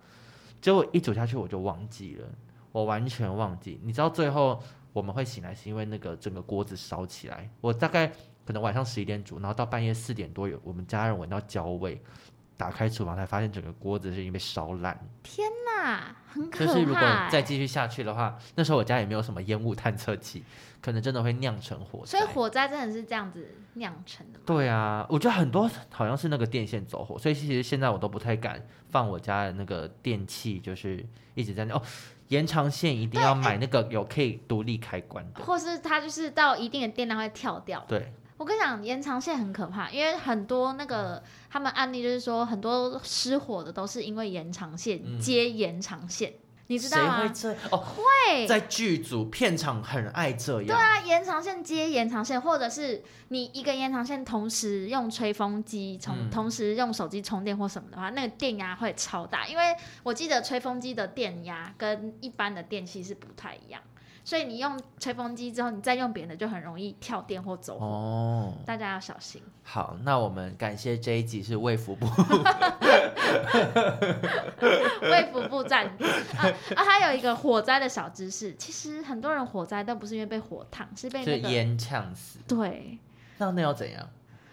结果一煮下去我就忘记了，我完全忘记。你知道最后我们会醒来是因为那个整个锅子烧起来，我大概可能晚上十一点煮，然后到半夜四点多有我们家人闻到焦味，打开厨房才发现整个锅子是已经被烧烂。
那很可
就
怕、
是如果
欸。
再继续下去的话，那时候我家也没有什么烟雾探测器，可能真的会酿成火
所
灾。
以火灾真的是这样子酿成的吗？
对啊，我觉得很多好像是那个电线走火，所以其实现在我都不太敢放我家的那个电器，就是一直在那哦，延长线一定要
哎
买那个有可以独立开关的。
或是它就是到一定的电量会跳掉。
对，
我跟你讲，延长线很可怕，因为很多那个他们案例就是说，很多失火的都是因为延长线、
嗯
接延长线，你
你
知道啊
谁会
吗？
这哦？
会，
在剧组片场很爱这
对
样。
啊，延长线接延长线，或者是你一个延长线同时用吹风机充，
嗯
同时用手机充电或什么的话，那个电压会超大。因为我记得吹风机的电压跟一般的电器是不太一样，所以你用吹风机之后，你再用别的就很容易跳电或走火，
哦，
大家要小心。
好，那我们感谢这一集是卫福部
卫福部站啊啊，还有一个火灾的小知识，其实很多人火灾都不是因为被火烫，是被
是
那个
烟呛死，
对。
那那要怎样？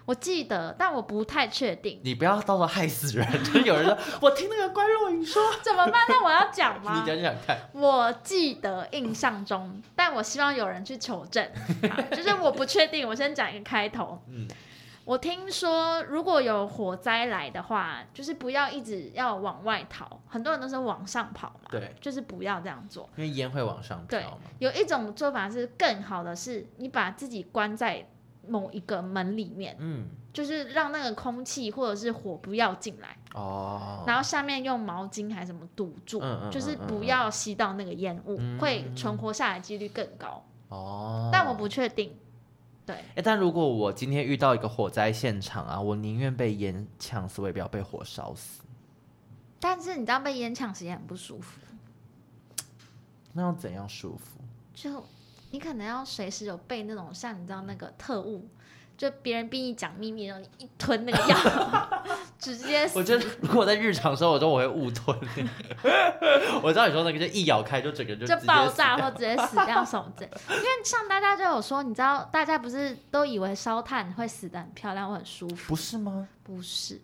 我记得，但我不太确定，
你不要到时候害死人。就是有人说，我听那个关若影说，
怎么办？那我要 讲吗
你？讲讲看。
我记得印象中，但我希望有人去求证，好就是我不确定。我先讲一个开头，
嗯，
我听说如果有火灾来的话，就是不要一直要往外逃，很多人都是往上跑嘛，
对，
就是不要这样做。
因为烟会往上飘嘛。
有一种做法是更好的是，你把自己关在某一个门里面，
嗯，
就是让那个空气或者是火不要进来，
哦，
然后下面用毛巾还是什么堵住，
嗯嗯
就是
嗯嗯
不要吸到那个烟雾，
嗯
会存活下来几率更高。
哦，
但我不确定，对，
哎，但如果我今天遇到一个火灾现场啊，我宁愿被烟呛死，我也不要被火烧死。
但是你知道被烟呛死也很不舒服，
那要怎样舒服？
就你可能要随时有备那种像你知道那个特务。就别人逼你讲秘密，然后你一吞那个药， 直接死
我觉得如果在日常生活中，我会误吞。 我知道你说那个，就一咬开就整个就
就
直接
爆
死
炸
掉
或直接死掉什么之类。因为像大家就有说，你知道，大家不是都以为烧炭会死的很漂亮，会很舒服，
不是吗？
不是？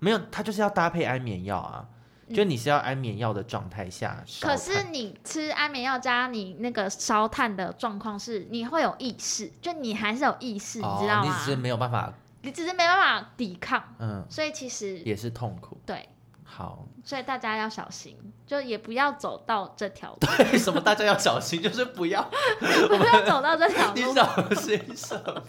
没有，它就是要搭配安眠药啊。就你是要安眠药的状态下
嗯可
烧炭，
是你吃安眠药加你那个烧炭的状况是，你会有意识，就你还是有意识，
哦
你知道
你
吗
只？是没有办法，
你只是没办法抵抗，
嗯，
所以其实
也是痛苦。
对，
好，
所以大家要小心，就也不要走到这条路，
为什么大家要小心？就是不要，
不要走到这条
你
路，
小心什么？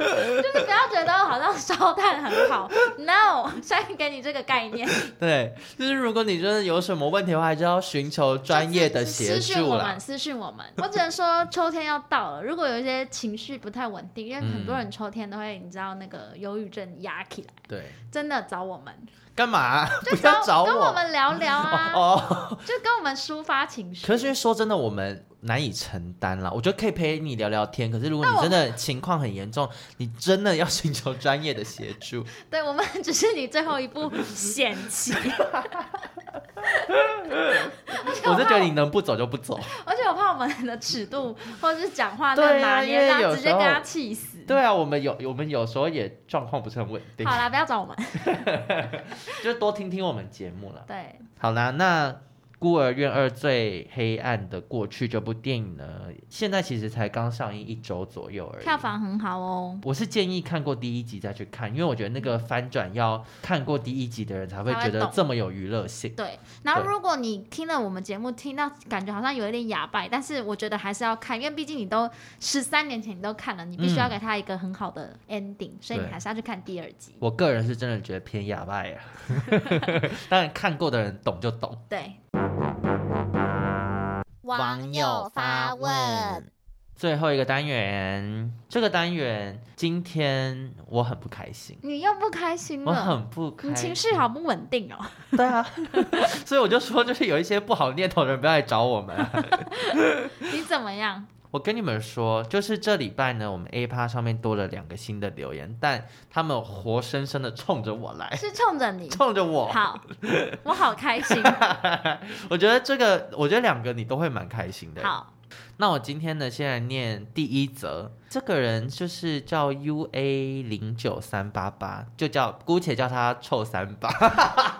就是不要觉得好像烧炭很好。No，先给你这个概念。
对，就是如果你真的有什么问题的话，还是要寻求专业的协
私讯
助
我
啦
们，。私讯我们。我只能说秋天要到了，如果有一些情绪不太稳定，因为很多人秋天都会，你知道那个忧郁症压起来，
对，
真的找我们，
干 嘛？
就
嗯不要找
跟我
我。
们聊聊啊，
哦，
就跟我们抒发情绪。
可是因为说真的，我们难以承担啦。我觉得可以陪你聊聊天，可是如果
那
你
我
真的情况很严重，你真的要寻求专业的协 助。
对我们只是你最后一步险棋，
我是觉得你能不走就不走。
而且我怕我们的尺度或者是讲话
对
那
啊
拿
因为
捏，大
有
家直接
时候
跟他气死。
对啊，我们有我们有时候也状况不是很稳定
好，啦，不要找我们。
就多听听我们节目啦。
对，
好啦，那孤儿院二最黑暗的过去》这部电影呢，现在其实才刚上映一周左右而已。
票房很好哦，
我是建议看过第一集再去看，因为我觉得那个翻转要看过第一集的人才会
才会
觉得
懂
这么有娱乐性。
对。然后
对
如果你听了我们节目，听到感觉好像有一点哑巴，但是我觉得还是要看，因为毕竟你都十三年前你都看了，你必须要
嗯
给他一个很好的 ending，、所以你
对
还是要去看第二集。
我个人是真的觉得偏哑 巴呀，当然看过的人懂就懂。
对。
网友发问。
最后一个单元，这个单元今天我很不开心，
你又不开心
我
了，
很不开
你
心，
情绪好不稳定哦。
对啊，所以我就说，就是有一些不好念头的人不要来找我们 啊、
你怎么 样？
我跟你们说，就是这礼拜呢，我们 A 趴上面多了两个新的留言，但他们活生生的冲着我来，
是冲着你。
冲着我。
好，我好开 心。
我觉得这个，我觉得两个你都会蛮开心的。
好，
那我今天呢，先来念第一则。这个人就是叫 U A 零九三八八，就叫姑且叫他臭三八，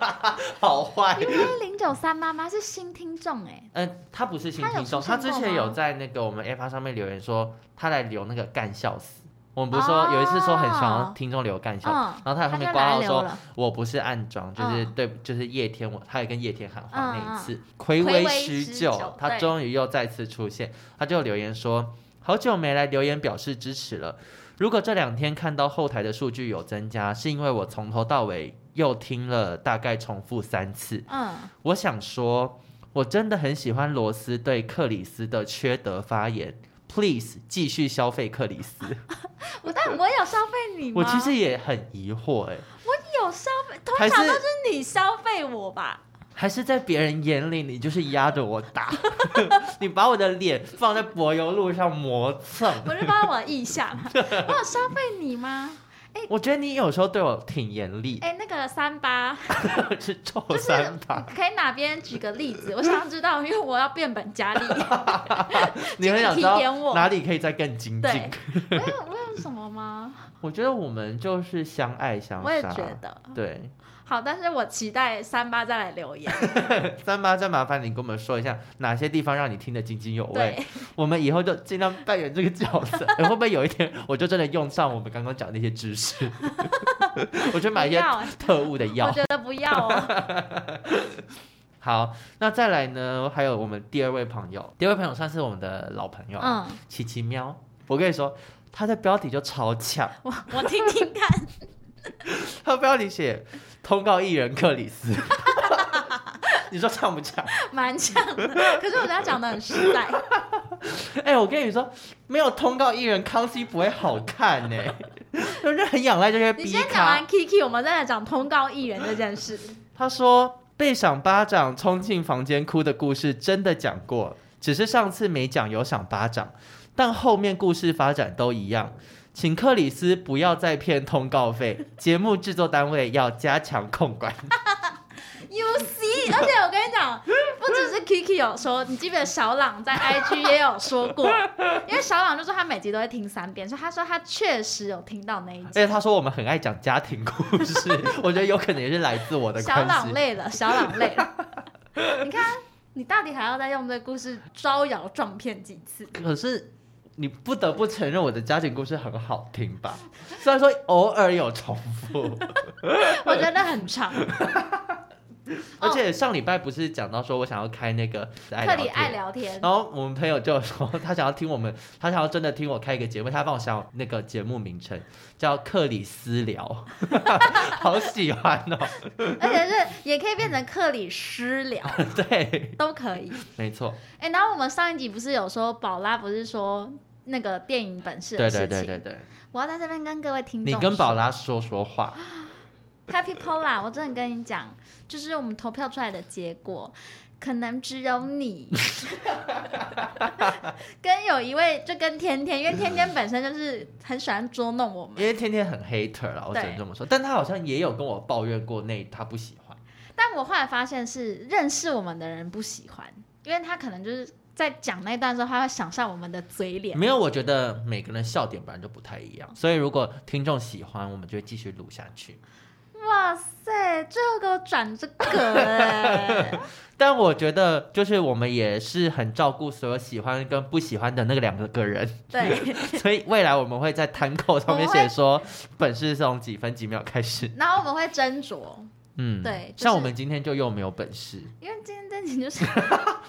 好坏。
因为零九三妈妈是新听众哎、
嗯、他不是新
他有
听众，
出
他
现
之
过
前
吗
有在那个我们 a p p 上面留言说，他来留那个干笑死。我们不是说、有一次说很想要
哦
听众留干笑死，
嗯，
然后他在
他
后
就
面挂
来
号
留
说
了，
我不是暗装，就是、
嗯
对，就是叶天我，他也跟叶天喊话那一次，
嗯
暌
暌
违
违
许
许
久
久，
他
对
终于又再次出现，他就留言说，好久没来留言表示支持了。如果这两天看到后台的数据有增加，是因为我从头到尾又听了大概重复三次。
嗯，
我想说，我真的很喜欢罗斯对克里斯的缺德发言。Please 继续消费克里斯，
我但我有消费啊你吗？
我其实也很疑惑哎、
有消费，通
还
常
是
都是你消费我吧？
还是在别人眼里，你就是压着我打， 你把我的脸放在柏油路上磨蹭。
我是帮我意向，我有消费你吗？
我觉得你有时候对我挺严厉，
哎、那个三八，
是臭
哎就是
三八，
可以哪边举个例子？我想要知道，因为我要变本 加厉。
你很想知
提点
道
我
哪里可以再更精进
对。，我有我有什么吗？
我觉得我们就是相爱相杀。
我也觉得
对，
好，但是我期待三八再来留言。
三八，再麻烦你跟我们说一下哪些地方让你听得津津有味。
对，
我们以后就尽量扮演这个角 色，欸、会不会有一天我就真的用上我们刚刚讲的那些知识？ 我去买一
不
些
要欸
特务的药
我。觉得不要 哦。
好，那再来呢？还有我们第二位朋友，第二位朋友算是我们的老朋友，
嗯，
奇奇喵。我跟你说，他的标题就超强，
我我听听看，
他的标题写“通告艺人克里 斯”， 你说强不强？
蛮像的。可是我觉得他讲的很实 在。
哎、我跟你说，没有通告艺人，康熙不会好看呢、 就是很仰赖这些
你
B
先讲
咖
完。Kiki，我们再来讲通告艺人这件事。
他说被赏巴掌冲进房间哭的故事真的讲过，只是上次没讲有赏巴掌，但后面故事发展都一样。请克里斯不要再骗通告费，节目制作单位要加强控管。
You see，而且我跟你讲，不只是 Kiki 有说，你记不记得小朗在 IG 也有说过，因为小朗就说他每集都会听三遍，所以他说他确实有听到那一集。
而且他说我们很爱讲家庭故事， 我觉得有可能也是来自我的
小
关
朗
系。
累了，小朗累了。你看，你到底还要再用这个故事招摇撞骗几次？
可是你不得不承认我的家庭故事很好听 吧？虽然说偶尔有重复。
我觉得很长。
而且上礼拜不是讲到说我想要开那个爱
特哦里
聊天哦
爱聊天，
然后我们朋友就说， 他想要听我们，他想要真的听我开一个节目，他帮我想那个节目名称叫《克里斯聊》， 好喜欢哦。
而且是也可以变成克里私聊，
对，
都可以。
没错，
哎、然后我们上一集不是有说宝拉不是说那个电影本事的
对
事
对
情？
对对对，
我要在这边跟各位听
你
众，
跟宝拉说说话，
Happy Pola，我真的跟你讲，就是我们投票出来的结果，可能只有你， 跟有一位就跟天天，因为天天本身就是很喜欢捉弄我们，
因为天天很 hater 啦，我只能
对
这么说。但他好像也有跟我抱怨过那他不喜欢，
但我后来发现是认识我们的人不喜欢，因为他可能就是在讲那段的时候，他会想象我们的嘴脸。
没有，我觉得每个人笑点本来就不太一样，所以如果听众喜欢，我们就会继续录下去。
哇塞，对，最后给我转这个、欸，
但我觉得就是我们也是很照顾所有喜欢跟不喜欢的那个两个个人，
对。
所以未来我们会在摊口上面
我们会
写说本是从几分几秒开始。
然后我们会斟酌，
嗯，
对就是
像我们今天就又没有本事，
因为今天这集就是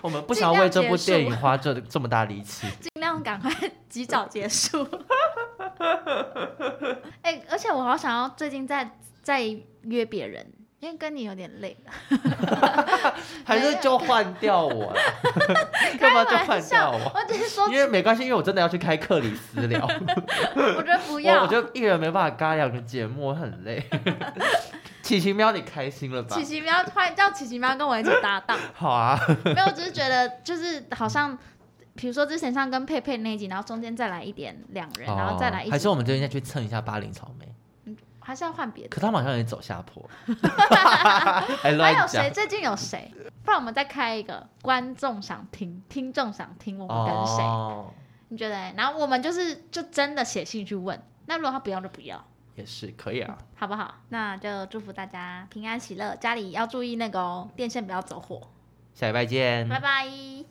我们不想要为这部
尽量结束
电影花这这么大力气。
尽量赶快及早结束。哎、而且我好想要最近在在约别人，因为跟你有点累。
哦还是就换掉我 啦，干嘛就换掉我？
我只是说，
因为没关系，因为我真的要去开克里斯聊，
我觉得不
哦我
要
我。就一人没办法嘎两个节目，我很 累。琪琪喵，你开心了吧
琪？琪喵换叫琪琪喵跟我一起搭 档，
好啊，
没有，我只是觉得就是好像，比如说之前像跟佩佩那一集，然后中间再来一点两人，然后再来一
哦还是
集，
我们这边再去蹭一下巴黎草莓，
还是要换别的。
可他们好像也走 下坡，还
还
乱
有
讲
谁？。最近有谁？不然我们再开一个观众想听，听众想听，我们跟谁？
哦，
你觉得欸？然后我们就是就真的写信去问，那如果他不要就不要，
也是可以啊。
好不好？那就祝福大家平安喜乐，家里要注意那个哦，
嗯
电线不要走火，
下礼拜见，
拜拜。